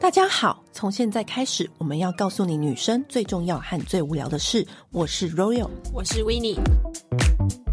大家好，从现在开始，我们要告诉你女生最重要和最无聊的事。我是 Royal，我是 w i n n i e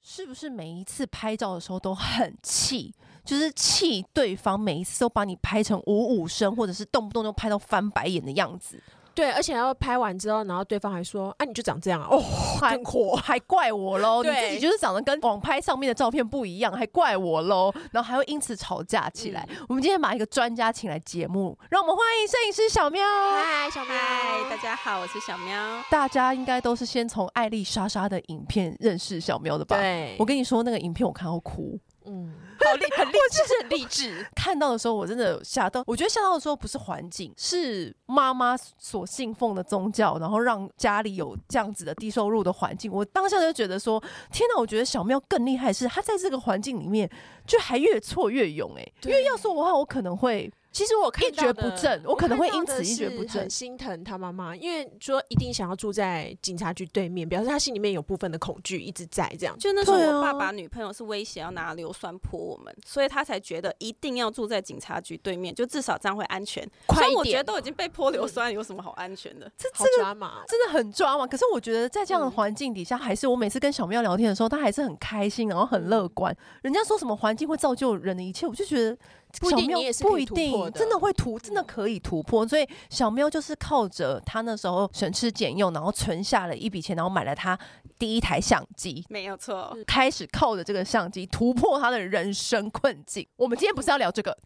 是不是每一次拍照的时候都很气？就是气对方每一次都把你拍成五五身，或者是动不动就拍到翻白眼的样子，对，而且要拍完之后，然后对方还说：“啊，你就长这样啊！”哦，还更火。还怪我喽！你对自己就是长得跟网拍上面的照片不一样，还怪我喽！然后还会因此吵架起嗯来。我们今天把一个专家请来节目，让我们欢迎摄影师小喵。嗨，小嗨麦，大家好，我是小喵。大家应该都是先从艾丽莎莎的影片认识小喵的吧？对，我跟你说，那个影片我看到哭，嗯，好励，很励志，是很励志。 看到的时候我真的吓到。我觉得吓到的时候不是环境，是妈妈所信奉的宗教，然后让家里有这样子的低收入的环境。我当下就觉得说，天哪！我觉得小喵更厉害的是，她在这个环境里面就还越挫越勇、欸。因为要说我的话，我可能会其实我看一蹶不到的振，我可能会因此一蹶觉不振很。心疼他妈妈，因为说一定想要住在警察局对面，表示他心里面有部分的恐惧一直在这样。就那时候，对啊我爸爸女朋友是威胁要拿硫酸泼我们，所以他才觉得一定要住在警察局对面，就至少这样会安全。快所以一我觉点嗯得，都已经被泼硫酸，有什么好安全的？这好抓马。真的很抓嘛。可是我觉得在这样嗯的环境底下，还是我每次跟小喵聊天的时候，她还是很开心，然后很乐观。人家说什么环境会造就人的一切，我就觉得不一小定喵你也是不可以一突定破的嗯真的会突，真的可以突破。所以小喵就是靠着她那时候省吃俭用，然后存下了一笔钱，然后买了她第一台相机。没有错，哦嗯开始靠着这个相机突破她的人生困境。我们今天不是要聊这个，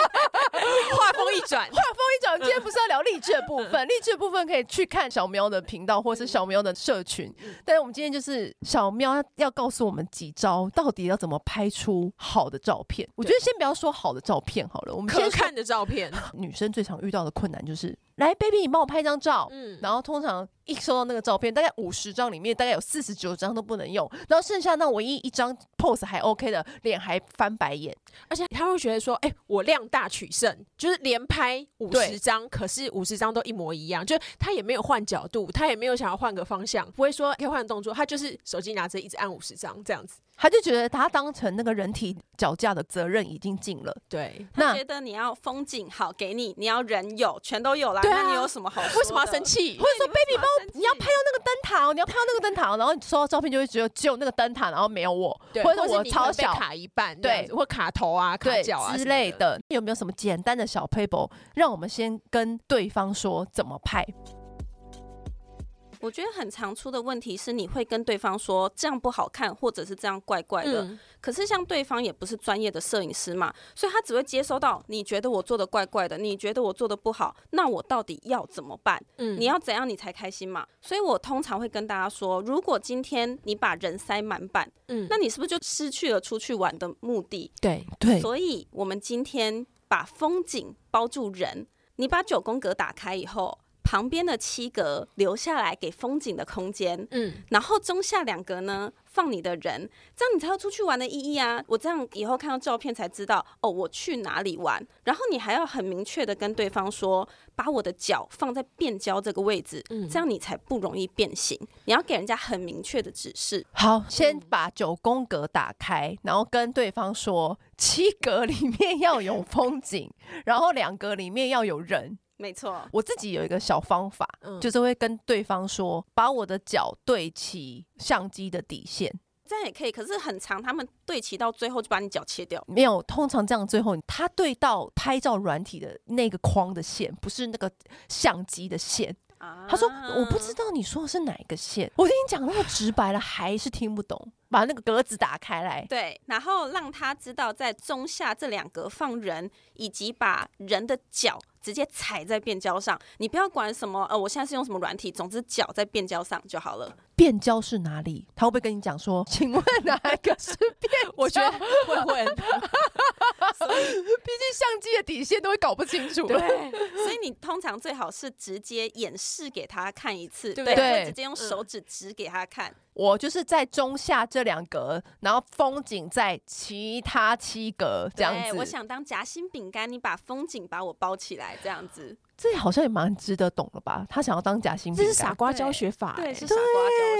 话锋一转，我跟你讲，今天不是要聊励志的部分，励志的部分可以去看小喵的频道或是小喵的社群。嗯但是我们今天就是小喵要告诉我们几招，到底要怎么拍出好的照片。我觉得先不要说好的照片好了，我们 可先看看的照片。女生最常遇到的困难就是，来，baby，你帮我拍张照。嗯，然后通常一收到那个照片，大概五十张里面大概有四十九张都不能用，然后剩下那唯一一张 pose 还 OK 的，脸还翻白眼。而且他会觉得说，哎、我量大取胜，就是连拍五对十张，可是五十张都一模一样，就是他也没有换角度，他也没有想要换个方向，不会说可以换动作，他就是手机拿着一直按五十张这样子。他就觉得他当成那个人体脚架的责任已经尽了，对，那觉得你要风景好给你，你要人有，全都有啦。对啊那你有什么好？为什么要生？气？或者说 baby 帮我生，气你要拍到那个灯塔哦，你要拍到那个灯塔哦，然后你收到照片就会只有只有那个灯塔，然后没有我，对，或或者者是我是超你可能小被。卡一半，对对，或卡头啊、卡对脚啊之什么类的。的，有没有什么简单的小 paper 让我们先跟对方说怎么拍？我觉得很常出的问题是，你会跟对方说这样不好看，或者是这样怪怪的。嗯，可是像对方也不是专业的摄影师嘛，所以他只会接收到你觉得我做的怪怪的，你觉得我做的不好，那我到底要怎么办？嗯你要怎样你才开心嘛？所以我通常会跟大家说，如果今天你把人塞满版，嗯那你是不是就失去了出去玩的目的？对对所以我们今天把风景包住人，你把九宫格打开以后，旁边的七格留下来给风景的空间， 嗯，然后中下两格呢放你的人，这样你才有出去玩的意义啊！我这样以后看到照片才知道哦，我去哪里玩。然后你还要很明确的跟对方说，把我的脚放在变焦这个位置，嗯这样你才不容易变形。你要给人家很明确的指示，好，先嗯把九宫格打开，然后跟对方说七格里面要有风景，然后两格里面要有人。没错，我自己有一个小方法，嗯就是会跟对方说，把我的脚对齐相机的底线。这样也可以。可是很长，他们对齐到最后就把你脚切掉。没有，通常这样最后他对到拍照软体的那个框的线，不是那个相机的线。啊他说：“我不知道你说的是哪一个线。”我跟你讲那么直白了，还是听不懂。把那个格子打开来，对，然后让他知道在中下这两格放人，以及把人的脚直接踩在变焦上。你不要管什么，呃，我现在是用什么软体，总之脚在变焦上就好了。变焦是哪里？他会不会跟你讲说：“请问哪一个是变焦？”我觉得会会，毕竟相机的底线都会搞不清 楚。对，所以你通常最好是直接演示给他看一次，对对，对嗯就直接用手指指给他看。我就是在中下这两格，然后风景在其他七格这样对子。哎我想当夹心饼干，你把风景把我包起来。来这样子。这好像也蛮值得懂了吧？他想要当假性这饼是干，傻瓜教学法、哎对，欸是傻瓜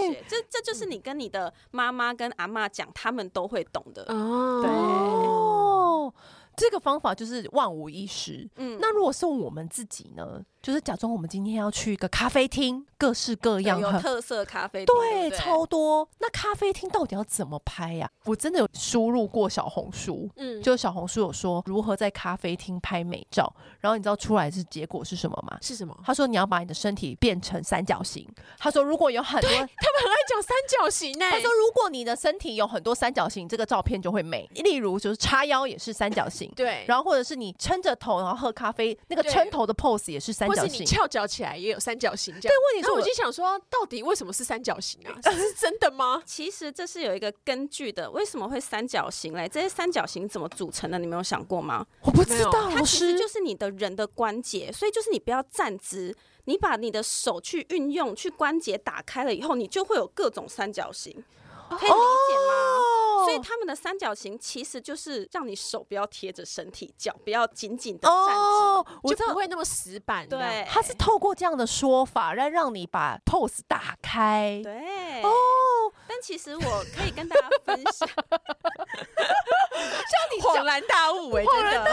教学，这这就是你跟你的妈妈跟阿嬷讲，他们都会懂嗯的。对哦，哦。这个方法就是万无一失。嗯，那如果是我们自己呢？就是假装我们今天要去一个咖啡厅，各式各对样，有很特色咖啡厅，对对，不对超多。那咖啡厅到底要怎么拍呀、我真的有输入过小红书，嗯，就小红书有说如何在咖啡厅拍美照，然后你知道出来是结果是什么吗？ 是什么？他说你要把你的身体变成三角形。他说如果有很多， 他们很爱讲三角形欸呢、 他说如果你的身体有很多三角形，这个照片就会美。例如就是叉腰也是三角形，对，然后或者是你撑着头然后喝咖啡，那个对撑头的 pose 也是三或角是你形。翘脚起来也有三角形这对样。，问题然是后我我就想说，到底为什么是三角形啊？是是真的吗？其实这是有一个根据的，为什么会三角形嘞？这些三角形怎么组成的？你没有想过吗？我不没知有道，它老其实师就是你的人的关节，所以就是你不要站直，你把你的手去运用，去关节打开了以后，你就会有各种三角形，可以理解吗？哦所以他们的三角形其实就是让你手不要贴着身体，脚不要紧紧的站直。哦， 我就知道不会那么死板的。对，他是透过这样的说法，来让你把 pose 打开。对哦，但其实我可以跟大家分享，像你恍讲，然大悟哎、真的。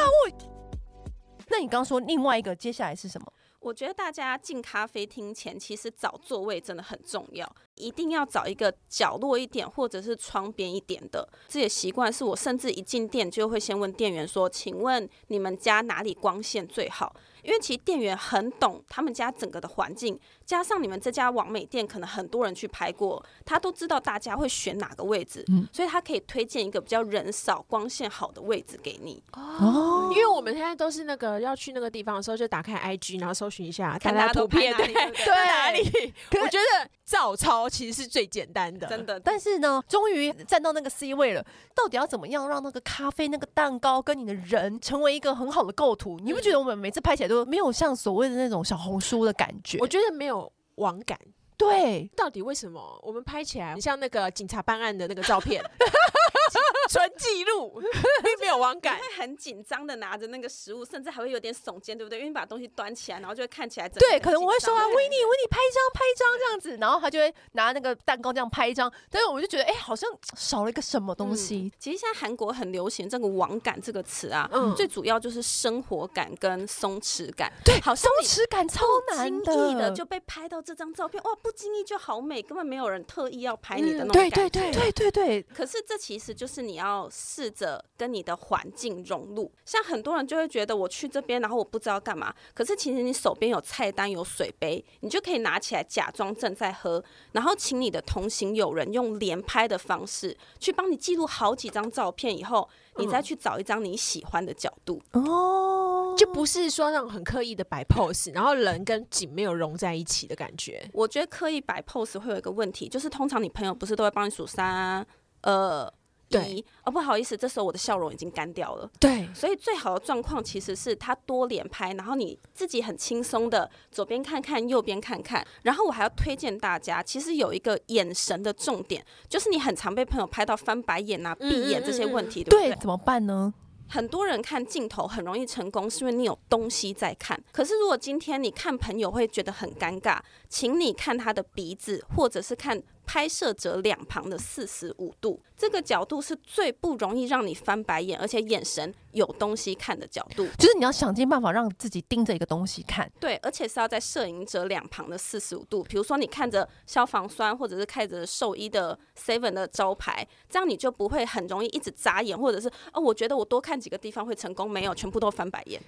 那你刚说另外一个接下来是什么？我觉得大家进咖啡厅前，其实找座位真的很重要，一定要找一个角落一点，或者是窗边一点的。这些习惯是我甚至一进店就会先问店员说：“请问你们家哪里光线最好？”因为其实店员很懂他们家整个的环境，加上你们这家网美店可能很多人去拍过，他都知道大家会选哪个位置，嗯所以他可以推荐一个比较人少、光线好的位置给你。哦因为我们现在都是那个要去那个地方的时候，就打开 IG，然后搜寻一下看大家大家图都拍片，哪里对不对对哪里。 可我觉得照抄其实是最简单的，真。的，但是呢，终于站到那个 C 位了，到底要怎么样让那个咖啡、那个蛋糕跟你的人成为一个很好的构图？你不嗯觉得我们每次拍起来都没有像所谓的那种小红书的感觉？我觉得没有网感。对，到底为什么我们拍起来很像那个警察办案的那个照 片， 纯记录，并没有网感会。很紧张的拿着那个食物，甚至还会有点耸肩，对不对？因为你把东西端起来，然后就会看起来整个对，很可能我会紧说张啊，的维尼，感觉维尼拍一张，拍一张这样子，然后他就会拿那个蛋糕这样拍一张，但是我就觉得，哎、好像少了一个什么东西。其实现在韩国很流行这个“网感”这个词啊，嗯最主要就是生活感跟松弛感。对，好松像你弛感超不难经意的就被拍到这张照片，哇，不经意就好美，根本没有人特意要拍你的那种对感觉。对对对对对，可是这其实就是你要试着跟你的环境融入。像很多人就会觉得我去这边，然后我不知道干嘛。可是其实你手边有菜单、有水杯，你就可以拿起来假装正在喝，然后请你的同行友人用连拍的方式去帮你记录好几张照片，以后你再去找一张你喜欢的角度。哦，就不是说那种很刻意的摆 pose，然后人跟景没有融在一起的感觉。我觉得刻意摆 pose 会有一个问题，就是通常你朋友不是都会帮你数三、二、对一？哦，不好意思，这时候我的笑容已经干掉了。对，所以最好的状况其实是他多连拍，然后你自己很轻松的左边看看，右边看看。然后我还要推荐大家，其实有一个眼神的重点，就是你很常被朋友拍到翻白眼啊、嗯闭眼这些问题，对不对，对？怎么办呢？很多人看镜头很容易成功，是因为你有东西在看。可是如果今天你看朋友会觉得很尴尬，请你看他的鼻子，或者是看拍摄者两旁的四十五度，这个角度是最不容易让你翻白眼，而且眼神有东西看的角度。就是你要想尽办法让自己盯着一个东西看，对，而且是要在摄影者两旁的四十五度。比如说，你看着消防栓，或者是看着兽医的 Seven 的招牌，这样你就不会很容易一直眨眼，或者是哦，我觉得我多看几个地方会成功，没有，全部都翻白眼。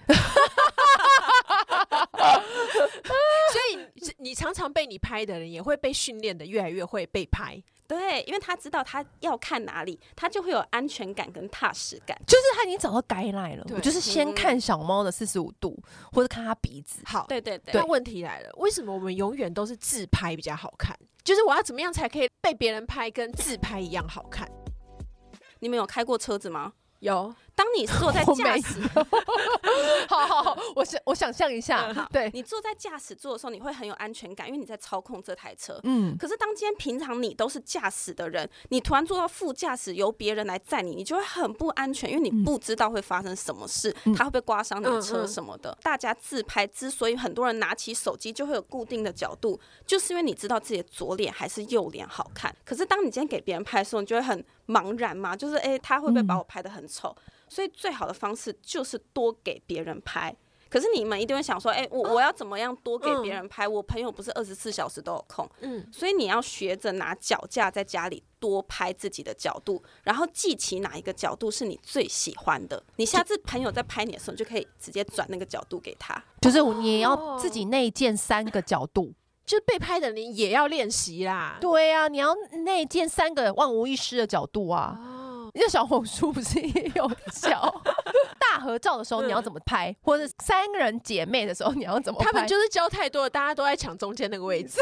所以你你常常被你拍的人，也会被训练的越来越会被拍。对，因为他知道他要看哪里，他就会有安全感跟踏实感。就是他已经找到该来了。对我就是先嗯看小猫的四十五度，或者看它鼻 子。好，对对对，那问题来了，为什么我们永远都是自拍比较好看？就是我要怎么样才可以被别人拍跟自拍一样好看？你们有开过车子吗？有，当你坐在 我驾没驶，好好好，我想我想象一下，对，你坐在驾驶座的时候，你会很有安全感，因为你在操控这台车。嗯，可是当今天平常你都是驾驶的人，你突然坐到副驾驶，由别人来载你，你就会很不安全，因为你嗯不知道会发生什么事，嗯他会不会刮伤你的嗯车嗯什么的。大家自拍之所以很多人拿起手机就会有固定的角度，就是因为你知道自己的左脸还是右脸好看。可是当你今天给别人拍的时候，你就会很茫然嘛，就是诶，他会不会把嗯我拍的很丑？所以最好的方式就是多给别人拍。可是你们一定会想说，诶，我我要怎么样多给别嗯人拍？我朋友不是二十四小时都有空，嗯，所以你要学着拿脚架在家里多拍自己的角度，然后记起哪一个角度是你最喜欢的。你下次朋友在拍你的时候，你就可以直接转那个角度给他。就是你也要自己内建三个角度。就是被拍的人也要练习啦。对啊，你要内建三个万无一失的角度啊。哦，那小红书不是也有教大合照的时候你要怎么拍，或者三个人姐妹的时候你要怎么拍？他们就是教太多了，大家都在抢中间那个位置。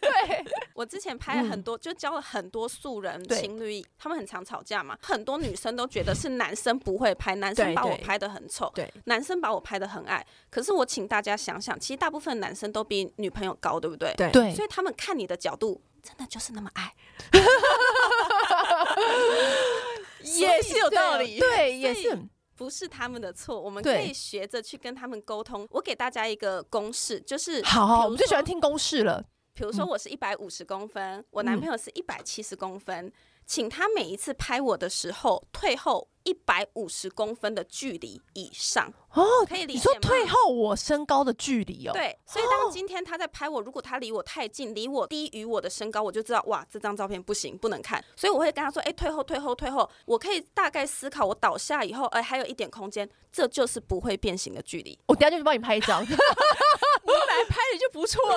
对，我之前拍了很多，就教了很多素人对情侣，他们很常吵架嘛，很多女生都觉得是男生不会拍，男生对把我对拍的很丑，对，男生把我拍的很矮。可是我请大家想想，其实大部分男生都比女朋友高，对不对？对对所以他们看你的角度。真的就是那么 矮，也是有道理。对，也所是以不是他们的错，我们对可以学着去跟他们沟通。我给大家一个公式，就是好比如好，我们最喜欢说听嗯公式了。比如说我是一百五十公分，我男嗯朋友是一百七十公分，请他每一次拍我的时候退后一百五十公分的距离以上，哦，可以理你解说吗？退后我身高的距离哦，，对，所以当今天他在拍我，如果他离我太近，离我低于我的身高，我就知道哇，这张照片不行，不能看。所以我会跟他说，哎、退后，退后，退后。我可以大概思考，我倒下以后，哎、还有一点空间，这就是不会变形的距离。我等一下就去帮你拍一张。你本来拍的就不错了。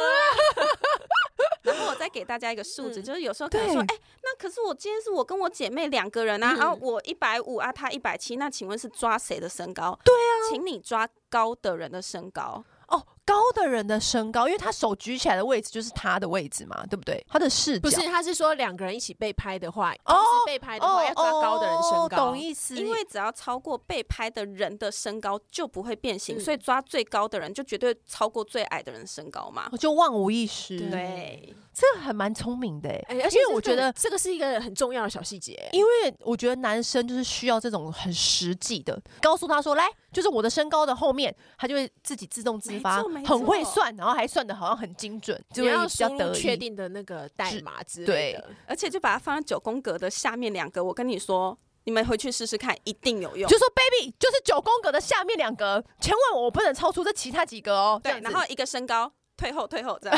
然后我再给大家一个数值，嗯就是有时候可能说，哎、那可是我今天是我跟我姐妹两个人啊，嗯啊，我一百五啊，她一百七，那请问是抓谁的身高？对啊，请你抓高的人的身高。哦，高的人的身高，因为他手举起来的位置就是他的位置嘛，对不对？他的视角不是，他是说两个人一起被拍的话，哦同时被拍的话要抓高的人身哦高。懂意思？因为只要超过被拍的人的身高就不会变形，嗯所以抓最高的人就绝对超过最矮的人身高嘛。哦我哦就万无一失，对对，这个还蛮聪明的哎。哎，而因且为这我个觉得这个是一个很重要的小细节。因为我觉得男生就是需要这种很实际的，告诉他说来，就是我的身高的后面，他就会自己自动自发没错没，错很会算，然后还算的好像很精准，就你会要比较输入得确意。定的那个代码之类对的，而且就把它放在九宫格的下面两格。我跟你说，你们回去试试看，一定有用。就说 baby 就是九宫格的下面两格，千万我不能超出这其他几格哦。这对，样子然后一个身高退后退后 这样。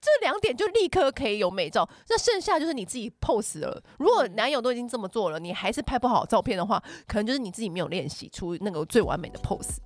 这两点就立刻可以有美照，那剩下就是你自己 pose 了。如果男友都已经这么做了，你还是拍不好照片的话，可能就是你自己没有练习出那个最完美的 pose。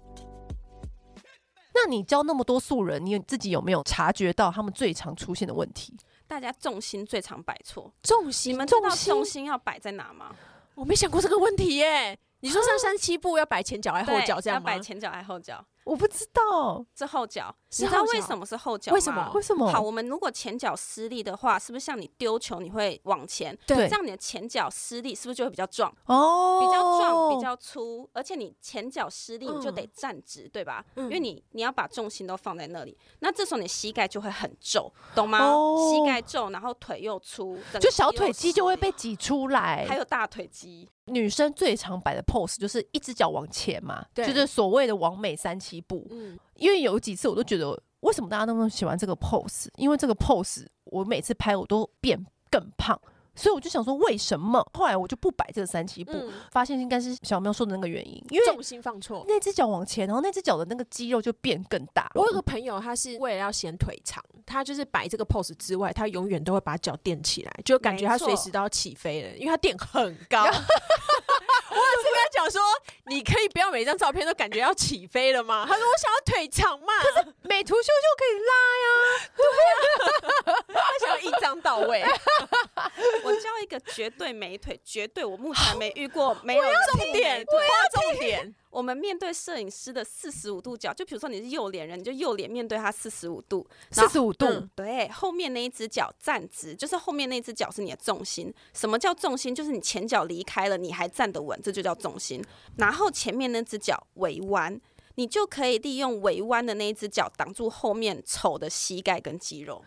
那你教那么多素人，你自己有没有察觉到他们最常出现的问题？大家重心最常摆错，重你心们知道重心重心要摆在哪吗？我没想过这个问题耶。你说啊上三七步要摆前脚还是后对脚这要样吗摆？前脚还后脚？我不知道是后脚。是你知道后脚为什么是后脚吗？为什么为什么。好，我们如果前脚失力的话，是不是像你丢球你会往前？对这样你的前脚失力是不是就会比较壮？哦，比较壮，比较粗，而且你前脚失力，嗯你就得站直，对吧？嗯因为你你要把重心都放在那里，那这时候你膝盖就会很皱，懂吗？哦膝盖皱，然后腿又粗，整个就小腿肌就会被肉挤出来撕，还有大腿肌。女生最常摆的 pose 就是一只脚往前嘛，对就是所谓的完美三七步。嗯，因为有几次我都觉得，为什么大家那么喜欢这个 pose？因为这个 pose 我每次拍我都变更胖，所以我就想说为什么？后来我就不摆这个三七步，嗯发现应该是小喵说的那个原因，因为重心放错。那只脚往前，然后那只脚的那个肌肉就变更大。我有个朋友，他是为了要显腿长，他就是摆这个 pose 之外，他永远都会把脚垫起来，就感觉他没错随时都要起飞了，因为他垫很高。我有次跟他讲说，你可以不要每张照片都感觉要起飞了吗？他说我想要腿长嘛， 美图秀秀可 以拉呀，他想要一张到位。 我交一个绝对美腿，绝对我目前还没遇过没有重欸点。对啊，重点。我们面对摄影师的四十五度角，就比如说你是右脸人，你就右脸面对他四十五度，四然后十五度，嗯对，后面那一只脚站直，就是后面那只脚是你的重心。什么叫重心？就是你前脚离开了，你还站得稳，这就叫重心。然后前面那只脚微弯，你就可以利用微弯的那一只脚挡住后面丑的膝盖跟肌肉。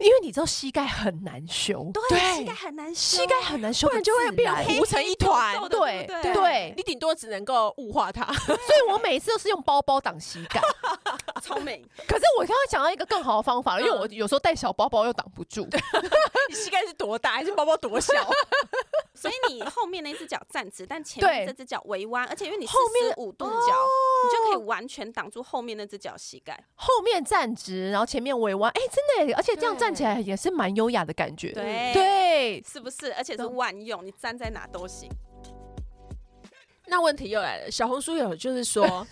因为你知道膝盖很难修，对啊膝盖很难修，膝盖很难修不得然自就然，会变黑糊成 一团黑。对对不对对你，顶多只能够物化 它。所以我每次都是用包包挡膝盖。 聪明。可是我刚刚讲到一个更好的方法了，嗯因为我有时候带小包包又挡不住。你膝盖是多大，还是包包多小？所以你后面那只脚站直，但前面对这只脚微弯，而且因为你四后面哦十五度角，你就可以完全挡住后面那只脚膝盖。后面站直，然后前面围弯，哎、真的耶，而且这样站起来也是蛮优雅的感觉。对对，是不是？而且是懂万用，你站在哪都行。 那问题又来了，小红书有就是说，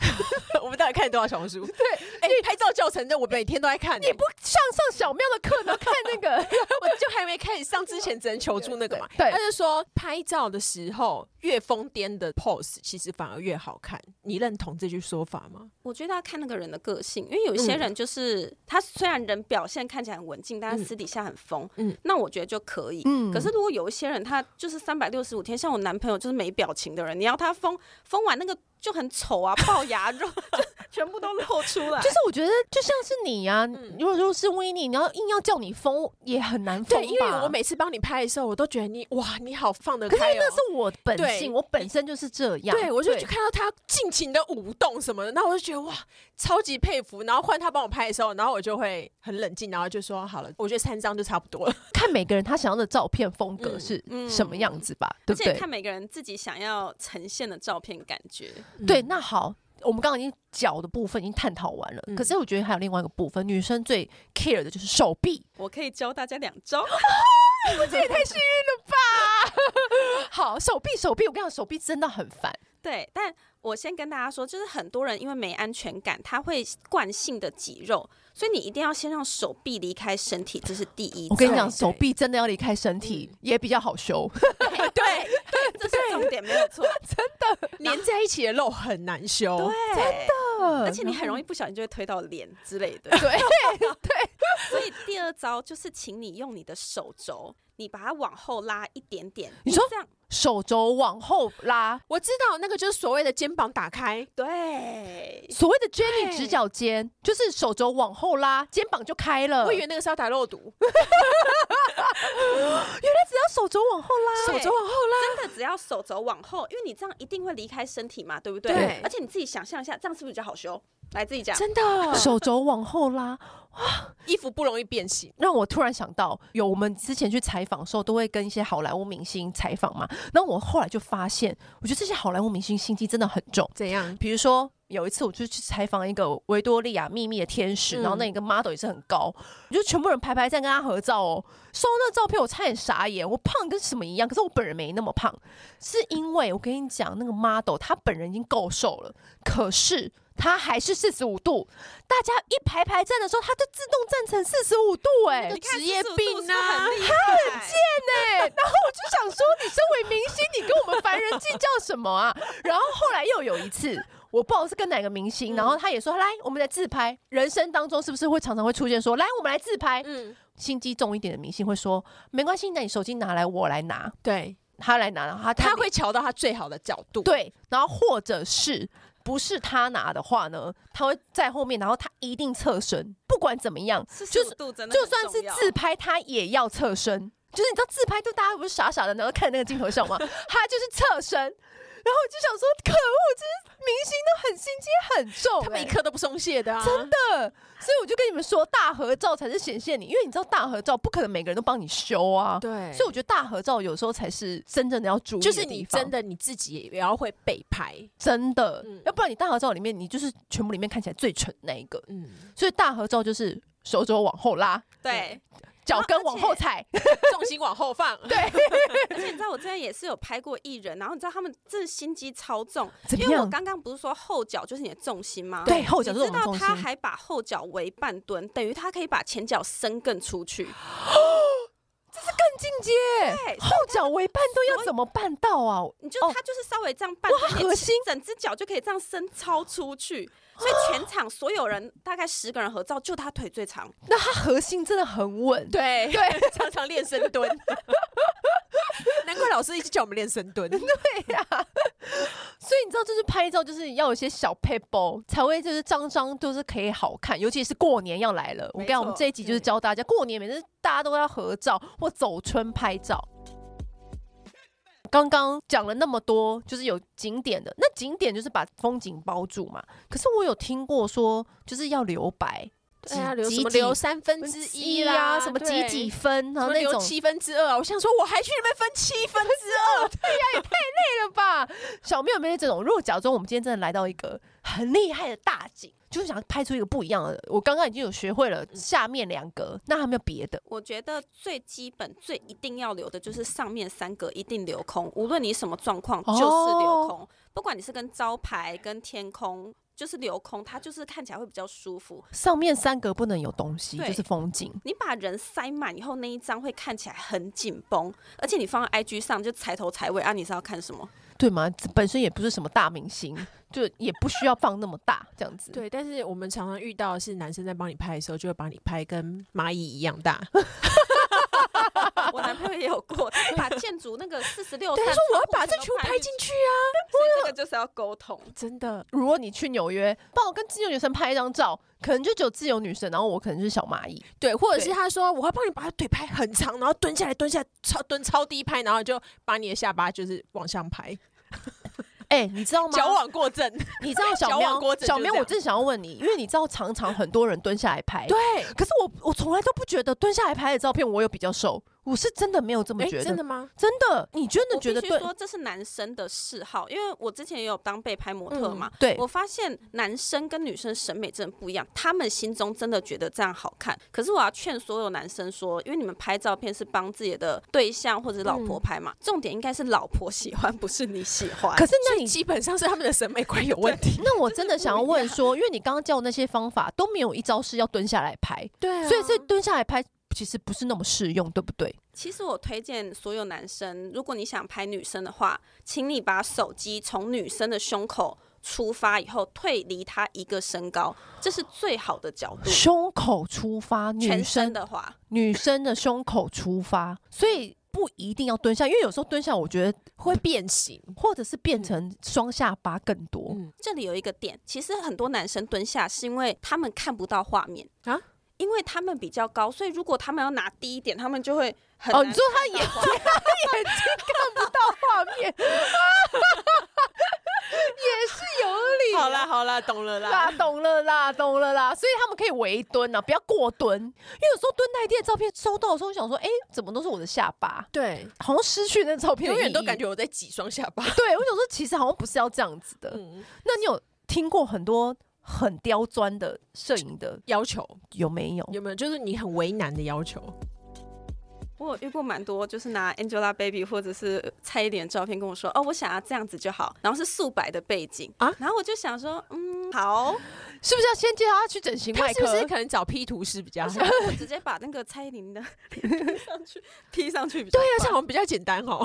我们到底看了多少小红书？对，哎、拍照教程的我每天都在看、你不上上小庙的课，能看那个 我就还没开始上之前，只能求助那个嘛。对对他就说拍照的时候越疯癫的 pose，其实反而越好看。你认同这句说法吗？我觉得要看那个人的个性，因为有一些嗯人就是、他虽然人表现看起来很文静，嗯但他私底下很疯，嗯嗯，那我觉得就可以。嗯可是如果有一些人他就是三百六十五天，像我男朋友就是没表情的人，你要他疯疯完那个就很丑啊，龅牙肉 就全部都露出来就。是我觉得就像是你啊，嗯如果说是 w i n n 你要硬要叫你疯，也很难疯对，吧。因为我每次帮你拍的时候，我都觉得你哇，你好放得可是开、哦。那是我本对性，我本身就是这样。对，我就去看到他尽情的舞动什么的，那我就觉得哇，超级佩服。然后换他帮我拍的时候，然后我就会很冷静，然后就说好了，我觉得三张就差不多了。看每个人他想要的照片风格嗯是嗯什么样子吧，而对不且对？看每个人自己想要呈现的照片感觉，嗯对，那好，我们刚刚已经脚的部分已经探讨完了，嗯可是我觉得还有另外一个部分，女生最 care 的就是手臂。我可以教大家两招。 好，手臂，手臂，我跟你讲，手臂真的很烦。对，但我先跟大家说，就是很多人因为没安全感，他会惯性的挤肉，所以你一定要先让手臂离开身体，这是第一。我跟你对讲，对手臂真的要离开身体、也比较好 修。对哦对，这是重点，没有错。 粘在一起的肉很难修。对，真的，而且你很容易易不小心就会推到脸之类 的。 对所以第二招就是，请你用你的手肘，你把它往后拉一点点。你说这样手肘往后拉，我知道那个就是所谓的肩膀打开，对，所谓的 Jenny 对直角肩，就是手肘往后拉，肩膀就开了。我以为那个是要打肉毒，只要手肘往后拉，手肘往后拉，真的只要手肘往后，因为你这样一定会离开身体嘛，对不对？对而且你自己想象一下，这样是不是比较好修？来自己讲，真 的手肘往后拉，衣服不容易变形。让我突然想到，有我们之前去采访的时候，都会跟一些好莱坞明星采访嘛。然后我后来就发现，我觉得这些好莱坞明星心机真的很重。怎样？比如说，有一次我就去采访一个维多利亚秘密的天使，嗯然后那一个 model 也是很高，我就全部人排排站跟他合照哦。收到那照片，我差点傻眼，我胖跟什么一样？可是我本人没那么胖，是因为我跟你讲，那个 model 他本人已经够瘦了，可是。他还是四十五度，大家一排排站的时候，他就自动站成四十五度、哎，你看职业45度是不是病啊很厉害。对，然后我就想说，你身为明星，你跟我们凡人计较什么啊？然后后来又有一次。我不知道是跟哪个明星，然后他也说来，我们来自拍。人生当中是不是会常常会出现说来，我们来自拍？嗯，心机重一点的明星会说没关系，那你手机拿来，我来拿，对，他来拿，然后他他会瞧到他最好的角度。，对，然后或者是不是他拿的话呢，他会在后面，然后他一定侧身，不管怎么样，四就十是五度真的就很算重是要自拍，他也要侧身。就是你知道自拍，就大家不是傻傻的，然后看那个镜头笑吗？他就是侧身，然后我就想说，可恶，这些明星都很心机很重、他每一欸刻都不松懈的啊。真的，所以我就跟你们说，大合照才是显现你，因为你知道大合照不可能每个人都帮你修啊，对所以我觉得大合照有时候才是真正的要注意的就是地你方真的你自己也要会被拍。真的，嗯要不然你大合照里面你就是全部里面看起来最蠢那一个，嗯，所以大合照就是手肘往后拉，对，脚啊跟而往且后踩， 重心往后放。对，而且你知道我之前也是有拍过艺人，然后你知道他们真的心机超重，怎么因为我样？刚刚不是说后脚就是你的重心吗？对，后你脚知就是我们道重心他。还把后啊脚为半蹲，等于他可以把前脚伸更出去，境界，后脚为半蹲要怎么办到啊？你就哦他就是稍微这样半蹲，哇你的核心整只脚就可以这样伸超出去，所以全场所有人大概十个人合照，就他腿最长。那他啊核心真的很稳，对对，常常练深蹲， 难怪老师一直叫我们练深蹲。所以你知道，就是拍照就是要有一些小 p a p e 才会就是张张都是可以好看，尤其是过年要来了。我跟你讲，我们这一集就是教大家过年，每次大家都要合照或走春拍照。刚刚讲了那么多，就是有景点的，那景点就是把风景包住嘛。可是我有听过说，就是要留白，对几啊，留什几么几留三分之一啦，啊，什么几对几，分，然什后么那留种七分之二啊。我想说，我还去那边分七分之二，对吧？小妹有没有这种？如果假装我们今天真的来到一个很厉害的大景，就是想拍出一个不一样的，我刚刚已经有学会嗯了下面两格，那还有没有别的？我觉得最基本、最一定要留的就是上面三格一定留空，无论你什么状况哦就是留空，不管你是跟招牌、跟天空，就是留空，它就是看起来会比较舒服。上面三格不能有东西，对就是风景。你把人塞满以后，那一张会看起来很紧绷，而且你放在 IG 上就踩头踩尾啊，你是要看什么？对吗？这本身也不是什么大明星，就也不需要放那么大这样子。 对，但是我们常常遇到的是男生在帮你拍的时候，就会把你拍跟蚂蚁一样大。我男朋友也有过，他把建筑那个四十 六，对，他说我要把这球拍进去，去啊，所以这个就是要沟通。 真的。如果你去纽约，帮我跟自由女神拍一张照，可能就只有自由女神，然后我可能是小蚂蚁。对，或者是对他说我要帮你把腿拍很长，然后蹲下来，蹲下来，超蹲超低拍，然后就把你的下巴就是往上拍，哎、你知道吗？矫枉过正。你知道小矫枉喵过正小就是喵，这我样正想要问你，因为你知道常常很多人蹲下来拍，对，哎可是我我从来都不觉得蹲下来拍的照片我有比较瘦，我是真的没有这么哎、觉得，真的吗？真的你真的我觉得必须对说这是男生的嗜好，因为我之前也有当被拍模特嗯嘛。对我发现男生跟女生审美真的不一样，他们心中真的觉得这样好看。可是我要劝所有男生说，因为你们拍照片是帮自己的对象或者老婆拍嘛，重点应该是老婆喜欢，不是你喜嗯欢。可是那所以你基本上是他们的审美观有问题。那我真的不想要一问样说，因为你刚刚教那些方法都没有一招是要蹲下来拍，对啊所以这蹲下来拍其实不是那么适用，对不对？其实我推荐所有男生，如果你想拍女生的话，请你把手机从女生的胸口出发以后，退离她一个身高，这是最好的角度。胸口出发，女全生身的话，女生的胸口出发，所以不一定要蹲下，因为有时候蹲下我觉得会变形。或者是变成双下巴更多。嗯，这里有一个点，其实很多男生蹲下是因为他们看不到画面啊啊，因为他们比较高，所以如果他们要拿低一点，他们就会很哦，难你说他眼睛他眼睛看不到画面，也是有理。好啦，好啦，懂了啦啦，。懂了啦，懂了啦，所以他们可以围蹲啊，不要过蹲，因为有时候蹲太低的照片收到的时候，我想说，哎、怎么都是我的下巴，对，好像失去那照片的永远意都义感觉我在挤双下巴。对，我想说，其实好像不是要这样子的。嗯，那你有听过很多很刁钻的摄影的要求有没有？有没有？就是你很为难的要求。我有遇过蛮多，就是拿 Angelababy 或者是蔡依林的照片跟我说，哦，我想要这样子就好，然后是素白的背景啊啊，然后我就想说，嗯，好，是不是要先介绍他去整形他外是不科？是可能找 P 图师比较我好？想说我直接把那个蔡依林的 上去 P 上去比较对啊，棒，这好像比较简单哦。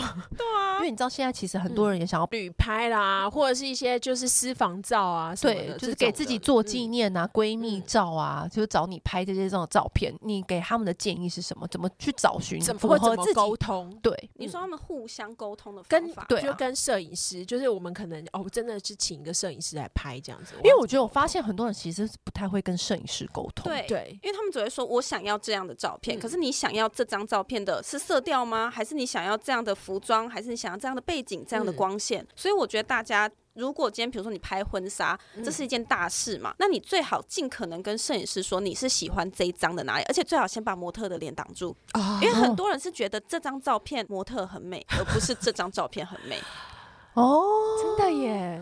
因为你知道现在其实很多人也想要 旅拍啦，或者是一些就是私房照啊什么的嗯对，就是给自己做纪念。念啊，闺蜜照嗯啊，就是找你拍这些这种照片，你给他们的建议是什么？怎么去找寻怎么符会合怎么自己？沟通？对，你说他们互相沟通的跟方法，对啊就跟摄影师，就是我们可能哦，真的是请一个摄影师来拍这样子，因为我觉得我发现很多人其实是不太会跟摄影师沟通。对对因为他们只会说我想要这样的照嗯片，可是你想要这张照片的是色调吗？还是你想要这样的服装？还是你想要这样的背景、这样的嗯光线？所以我觉得大家。如果今天比如说你拍婚纱，嗯这是一件大事嘛，那你最好尽可能跟摄影师说你是喜欢这一张的哪里，而且最好先把模特的脸挡住，啊因为哦很多人是觉得这张照片模特很美，而不是这张照片很美。哦，真的耶，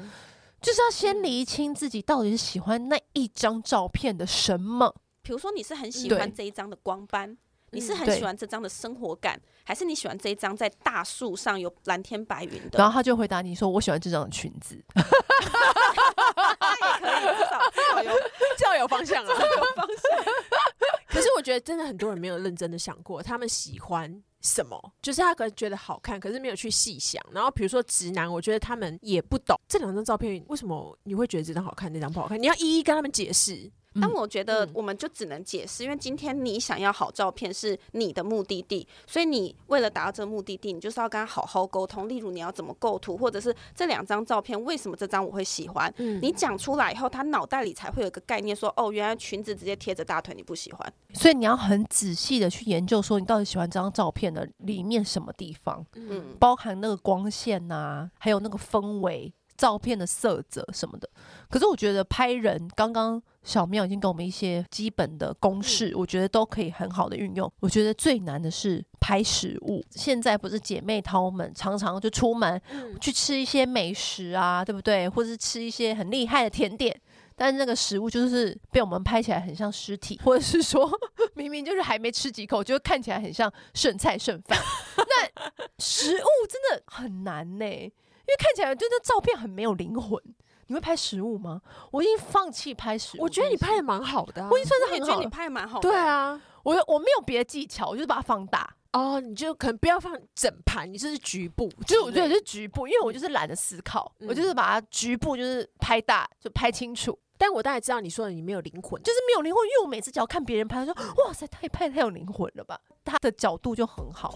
就是要先厘清自己到底是喜欢那一张照片的什么。比如说你是很喜对欢这一张的光斑，你是很对喜欢这张的生活感，还是你喜欢这一张在大树上有蓝天白云的？然后他就回答你说：“我喜欢这张裙子。那也可以，至少至少有这样有方 向啊。有方向。可是我觉得真的很多人没有认真的想过，他们喜欢什么，就是他可能觉得好看，可是没有去细想。然后比如说直男，我觉得他们也不懂这两张照片为什么你会觉得这张好看，那张不好看，你要一一跟他们解释。但我觉得嗯我们就只能解释，因为今天你想要好照片是你的目的地，所以你为了达到这个目的地，你就是要跟他好好沟通。例如你要怎么构图，或者是这两张照片为什么这张我会喜欢，嗯你讲出来以后，他脑袋里才会有一个概念说哦，原来裙子直接贴着大腿你不喜欢。所以你要很仔细的去研究，说你到底喜欢这张照片的里面什么地方，嗯，嗯，包含那个光线呐、还有那个氛围、照片的色泽什么的。可是我觉得拍人，刚刚小妙已经给我们一些基本的公式，我觉得都可以很好的运用。我觉得最难的是拍食物。现在不是姐妹淘们常常就出门嗯去吃一些美食啊，对不对？或是吃一些很厉害的甜点，但是那个食物就是被我们拍起来很像尸体，或者是说 明明就是还没吃几口，就看起来很像剩菜剩饭。 那食物真的很难呢、因为看起来就那照片很没有灵魂。你会拍食物吗？我已经放弃拍食物。我觉得你拍的，蛮好的、啊，我已经算我是也很觉得好你了。拍得蛮好的。对，啊。我我没有别的技巧，我就是把它放大。哦，你就可能不要放整盘，你就是局部之类的，就是我觉得就是局部，因嗯为我就是懒得思考，嗯我就是把它局部就是拍大，就拍清楚。但我大概知道你说的你没有灵魂，就就是没有灵魂，因为我每次只要看别人拍，我说哇塞，他也拍得太有灵魂了吧，他的角度就很好。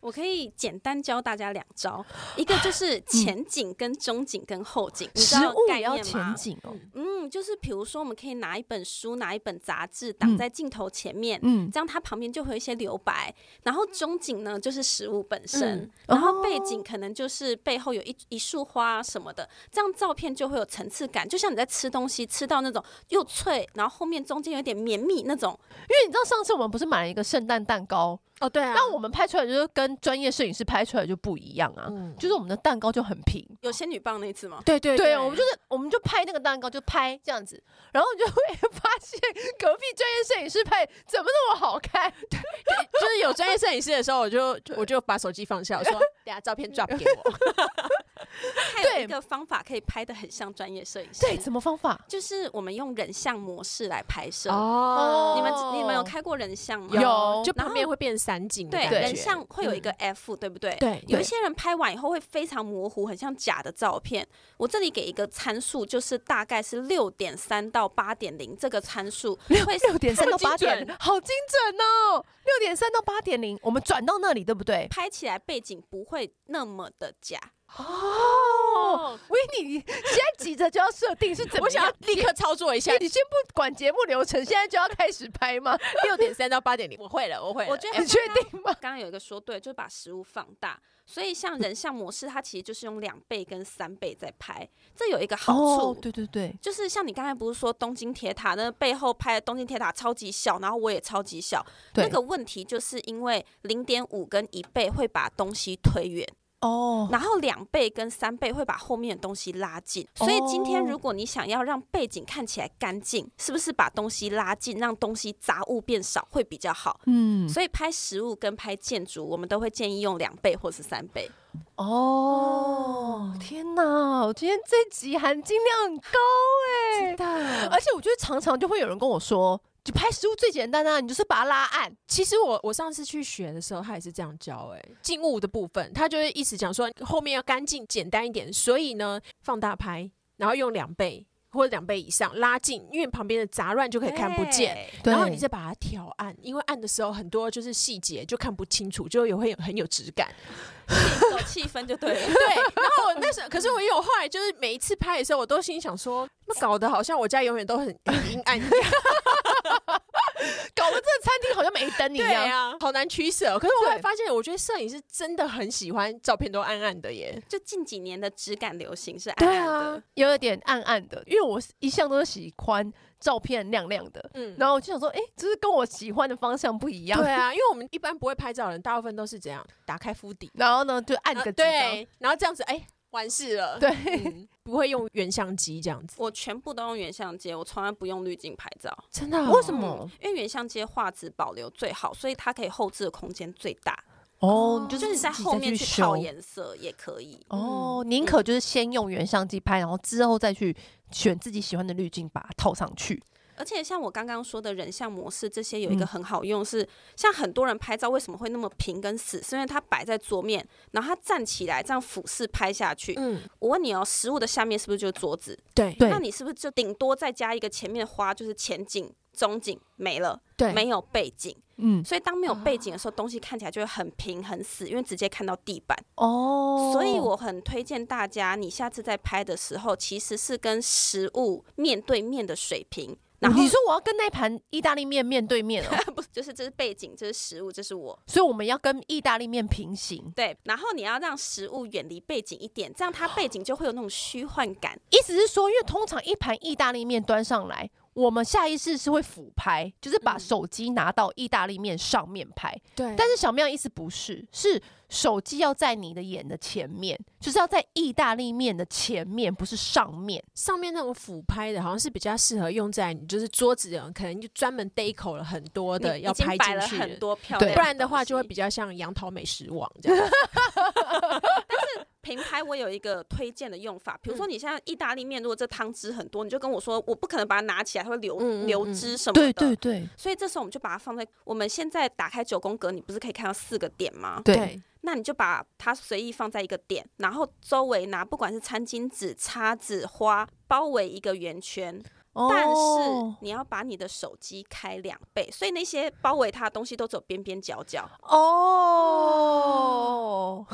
我可以简单教大家两招，一个就是前景、跟中景、跟后景，你嗯知食道物概也要念吗前？景哦，嗯，就是比如说，我们可以拿一本书、拿一本杂志嗯挡在镜头前面，嗯，这样它旁边就会有一些留白。然后中景呢，就是食物本身，嗯然后哦背景可能就是背后有一一束花什么的，这样照片就会有层次感。就像你在吃东西，吃到那种又脆，然后后面中间有点绵密那种，因为你知道上次我们不是买了一个圣诞蛋糕，哦对啊但我们拍出来就是跟专业摄影师拍出来就不一样啊，嗯，就是我们的蛋糕就很平。有仙女棒那一次吗？对对对，我们就是我们就拍那个蛋糕，就拍这样子，然后你就会发现隔壁专业摄影师拍怎么那么好看？ 就是有专业摄影师的时候，我就就我就把手机放下， 我说等下照嗯片 drop 给我。还对有一个方法可以拍的很像专业摄影师，对，怎么方法？就是我们用人像模式来拍摄。哦你们哦你们有开过人像吗？有就旁边会变散景的对，感觉，人像会有一个 F，、对不对？对有对一些人拍完以后会非常模糊，很像假的照片。我这里给一个参数，就是大概是六点三到八点零这个参数，会 是六点三到八点精，好精准哦！六点三到八点零，我们转到那里，对不对？拍起来背景不会那么的假。哦，维尼，你现在急着就要设定是怎么我想要样？立刻操作一下你你先不管节目流程，现在就要开始拍吗？六点三到八点零，我会了，我会了。我 觉得你确定吗？刚刚有一个说对，就是把食物放大，所以像人像模式，它其实就是用两倍跟三倍在拍，这有一个好处。哦对对对，就是像你刚才不是说东京铁塔那背后拍的东京铁塔超级小，然后我也超级小，对那个问题就是因为零点五跟一倍会把东西推远，哦，然后两倍跟三倍会把后面的东西拉近。所以今天哦如果你想要让背景看起来干净，是不是把东西拉近，让东西杂物变少会比较好？嗯，所以拍食物跟拍建筑，我们都会建议用两倍或是三倍。哦，天哪，我今天这集含金量很高哎、知道，而且我觉得常常就会有人跟我说，就拍食物最简单啊，你就是把它拉暗。其实我我上次去学的时候，他也是这样教、欸，静物的部分，他就是一直讲说后面要干净简单一点，所以呢放大拍，然后用两倍或者两倍以上拉近，因为旁边的杂乱就可以看不见。对，然后你再把它调暗，因为暗的时候很多就是细节就看不清楚，就也会有很有质感。 营造气氛就对了。对，然后我那时候，可是我因为我后来就是每一次拍的时候，我都心想说，那搞得好像我家永远都很很阴暗一样。搞得这个餐厅好像没 灯一对样。啊，好难取舍。可是我后来对发现，我觉得摄影师真的很喜欢照片都暗暗的耶。就近几年的质感流行是暗对暗啊的，有点暗暗的，因为我一向都是喜欢照片亮亮的，嗯，然后我就想说，哎、这是跟我喜欢的方向不一样。对啊，因为我们一般不会拍照的人，大部分都是这样打开敷底，然后呢，就按啊个几张。对，然后这样子，哎，完事了。对，嗯不会用原相机这样子，我全部都用原相机，我从来不用滤镜拍照。真的、为什么？因为原相机的画质保留最好，所以它可以后置的空间最大，哦，你就是是你在自己后面去去套修。颜色也可以。哦，嗯宁可就是先用原相机拍，然后之后再去选自己喜欢的滤镜把它套上去。而且像我刚刚说的人像模式，这些有嗯一个很好用是，像很多人拍照为什么会那么平跟死，是因为它摆在桌面，然后它站起来这样俯视拍下去。嗯，我问你哦，食物的下面是不是就是桌子？对对那你是不是就顶多再加一个前面的花，就是前景、中景没了，对没有背景。嗯，所以当没有背景的时候，东西看起来就会很平很死，因为直接看到地板。哦，所以我很推荐大家，你下次在拍的时候，其实是跟食物面对面的水平。然哦后你说我要跟那盘意大利面面对面哦， 不就是这是背景，这是食物，这是我。所以我们要跟意大利面平行，对，然后你要让食物远离背景一点，这样它背景就会有那种虚幻感。哦意思是说，因为通常一盘意大利面端上来。我们下意识是会俯拍，就是把嗯手机拿到意大利面上面拍，对，但是小妙意思不是，是手机要在你的眼的前面，就是要在意大利面的前面，不是上面。上面那种俯拍的，好像是比较适合用在你就是桌子的，可能就专门 deco 了很多的你要已经拍摆进了去很的。多漂对亮，不然的话，就会比比。较像杨桃美食网这样。平拍我有一个推荐的用法，比嗯如说你现在意大利面，如果这汤汁很多，你就跟我说，我不可能把它拿起来，它会流、嗯嗯嗯流汁什么的。对对对所以这时候我们就把它放在我们现在打开九宫格，你不是可以看到四个点吗？对，那你就把它随意放在一个点，然后周围拿不管是餐巾纸、叉子、花包围一个圆圈，但是哦你要把你的手机开两倍，所以那些包围它的东西都只有边边角角。哦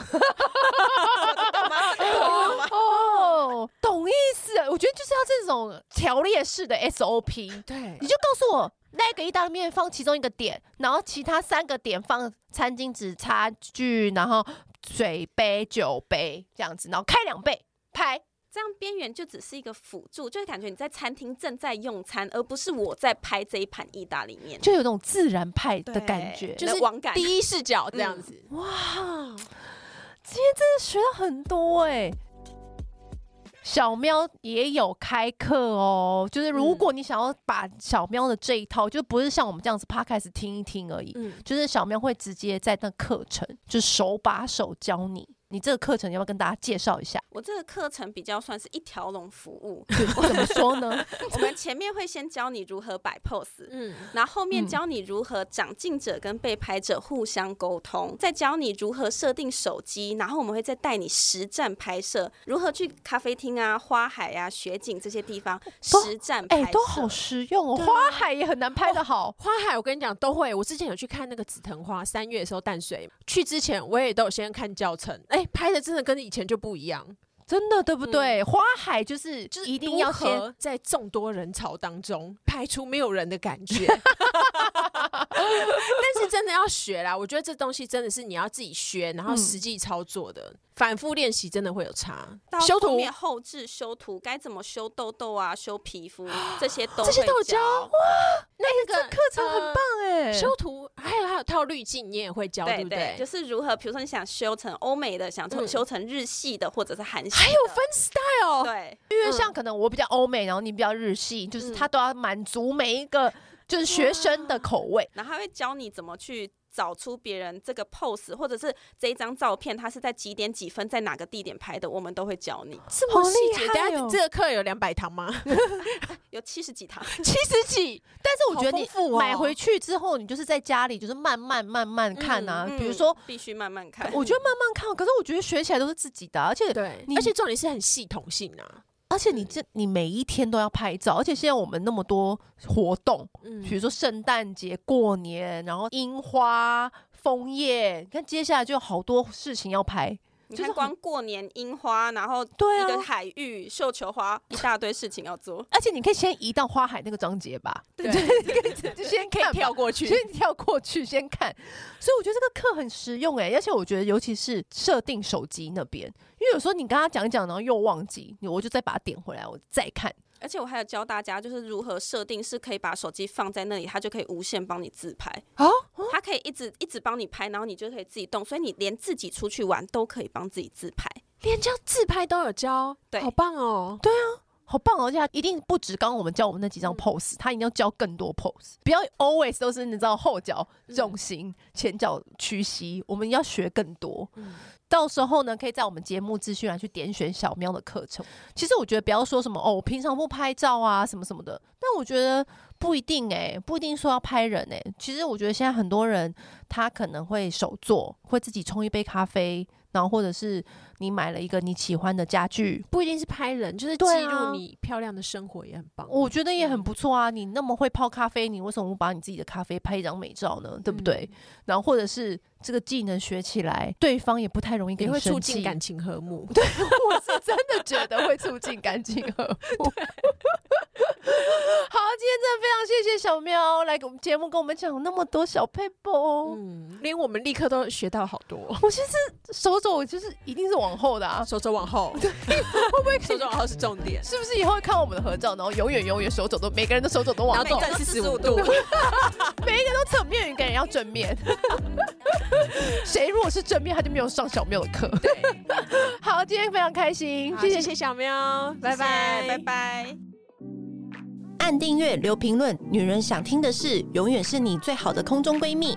哦， 懂意思。我觉得就是要这种条列式的 SOP，对你就告诉我。那个意大利面放其中一个点，然后其他三个点放餐巾纸、餐具，然后水杯、酒杯这样子，然后开两倍拍。这样边缘就只是一个辅助，就会感觉你在餐厅正在用餐，而不是我在拍这一盘意大利面就有种自然派的对感觉。就是网感。嗯第一视角这样子。哇，今天真的学到很多哎、小喵也有开课哦，就是如果你想要把小喵的这一套，就不是像我们这样子趴开始听一听而已，嗯，就是小喵会直接在那课程就手把手教你。你这个课程要不要跟大家介绍一 下？我这个课程比较算是一条龙 服务，我怎么说 呢？我们前面会先教你如何摆 pose。嗯，然后后面嗯教你如何长进者跟被拍者互相沟通，再教你如何设定手机，然后我们会再带你实战拍摄，如何去咖啡厅啊、花海啊、雪景这些地方都实战拍哎、摄。都好实用哦，对啊花海也很难拍的好。花海我跟你讲都会。我之前有去看那个紫藤花，三月的时候淡水去之前，我也都有先看教程。哎、拍的真的跟以前就不一样，真的对不嗯对？花海就是就是一定要如先何在众多人潮当中拍出没有人的感觉。但是真的要学啦，我觉得这东西真的是你要自己学，然后嗯实际操作的，反复练习真的会有差到。修后图面后置修图该怎么修痘痘啊、修皮肤 这些都这些会都有教教。那个课程很棒哎、修图还有还有套滤镜，你也会教，对不对，就是如何，比如说你想修成欧美的，想嗯修成日系的，或者是韩系的，还有分 style，对因嗯为像可能我比较欧美，然后你比较日系，就是他都要满足每一个就是学生的口味。然后他会教你怎么去找出别人这个 pose，或者是这一张照片，它是在几点几分，在哪个地点拍的，我们都会教你。这好么细厉节，害等下哦这个课有两百堂吗？有七十几堂，七十几，但是我觉得好丰你富哦买回去之后，你就是在家里就是慢慢慢慢看啊，嗯比如说。必须慢慢看。我觉得慢慢看，可是我觉得学起来都是自己的啊，而且对你，而且重点是很系统性啊。而且你这你每一天都要拍照，而且现在我们那么多活动，嗯比如说圣诞节、过年，然后樱花、枫叶，你看接下来就有好多事情要拍，你就是看，很光过年樱花，然后对一啊个海域、绣球花，一大堆事情要做。而且你可以先移到花海那个章节吧，对 就先可以看跳 跳过去，先跳过去先看。所以我觉得这个课很实用哎、而且我觉得尤其是设定手机那边，因为有时候你跟他讲一讲，然后又忘记，你我就再把它点回来，我再看。 而且我还有教大家，就是如何设定是可以把手机放在那里，它就可以无限帮你自拍啊它可以一直一直帮你拍，然后你就可以自己动，所以你连自己出去玩都可以帮自己自拍。连教自拍都有教，对好棒哦！好棒哦！而且它一定不止刚刚我们教我们那几张嗯 pose，他一定要教更多 pose，不要 always 都是你知道后脚重心、前脚屈膝，我们要学更多。嗯到时候呢，可以在我们节目资讯栏去点选小喵的课程。其实我觉得不要说什么哦，我平常不拍照啊什么什么的，但我觉得不一定哎、不一定说要拍人哎、其实我觉得现在很多人他可能会手做，会自己冲一杯咖啡，然后或者是你买了一个你喜欢的家具，不一定是拍人，就是记对录啊你漂亮的生活也很棒。我觉得也很不错啊。你那么会泡咖啡，你为什么不把你自己的咖啡拍一张美照呢？对不对？嗯然后或者是这个技能学起来，对方也不太容易也跟会你促生进气。感情和睦。我是真的 觉得会促进感情和睦。好，今天真的非常谢谢小喵来给我们节目跟我们讲那么多小配哦。嗯，连我们立刻都学到好多。我其实手肘就是一定是往后的啊，手肘往后，哦 对，会不会手肘往后是重点？是不是？以后会看我们的合照，然后永远永远手肘都每个人的手肘都往然后后正，每个四人十都五45度度，每一个都侧面，一个人要正面。谁如果是正面，他就没有上小喵的课。对， 好，今天非常开心，好谢 谢谢谢小喵，拜拜拜拜，拜。拜。按订阅，留评论，女人想听的事，永远是你最好的空中闺蜜。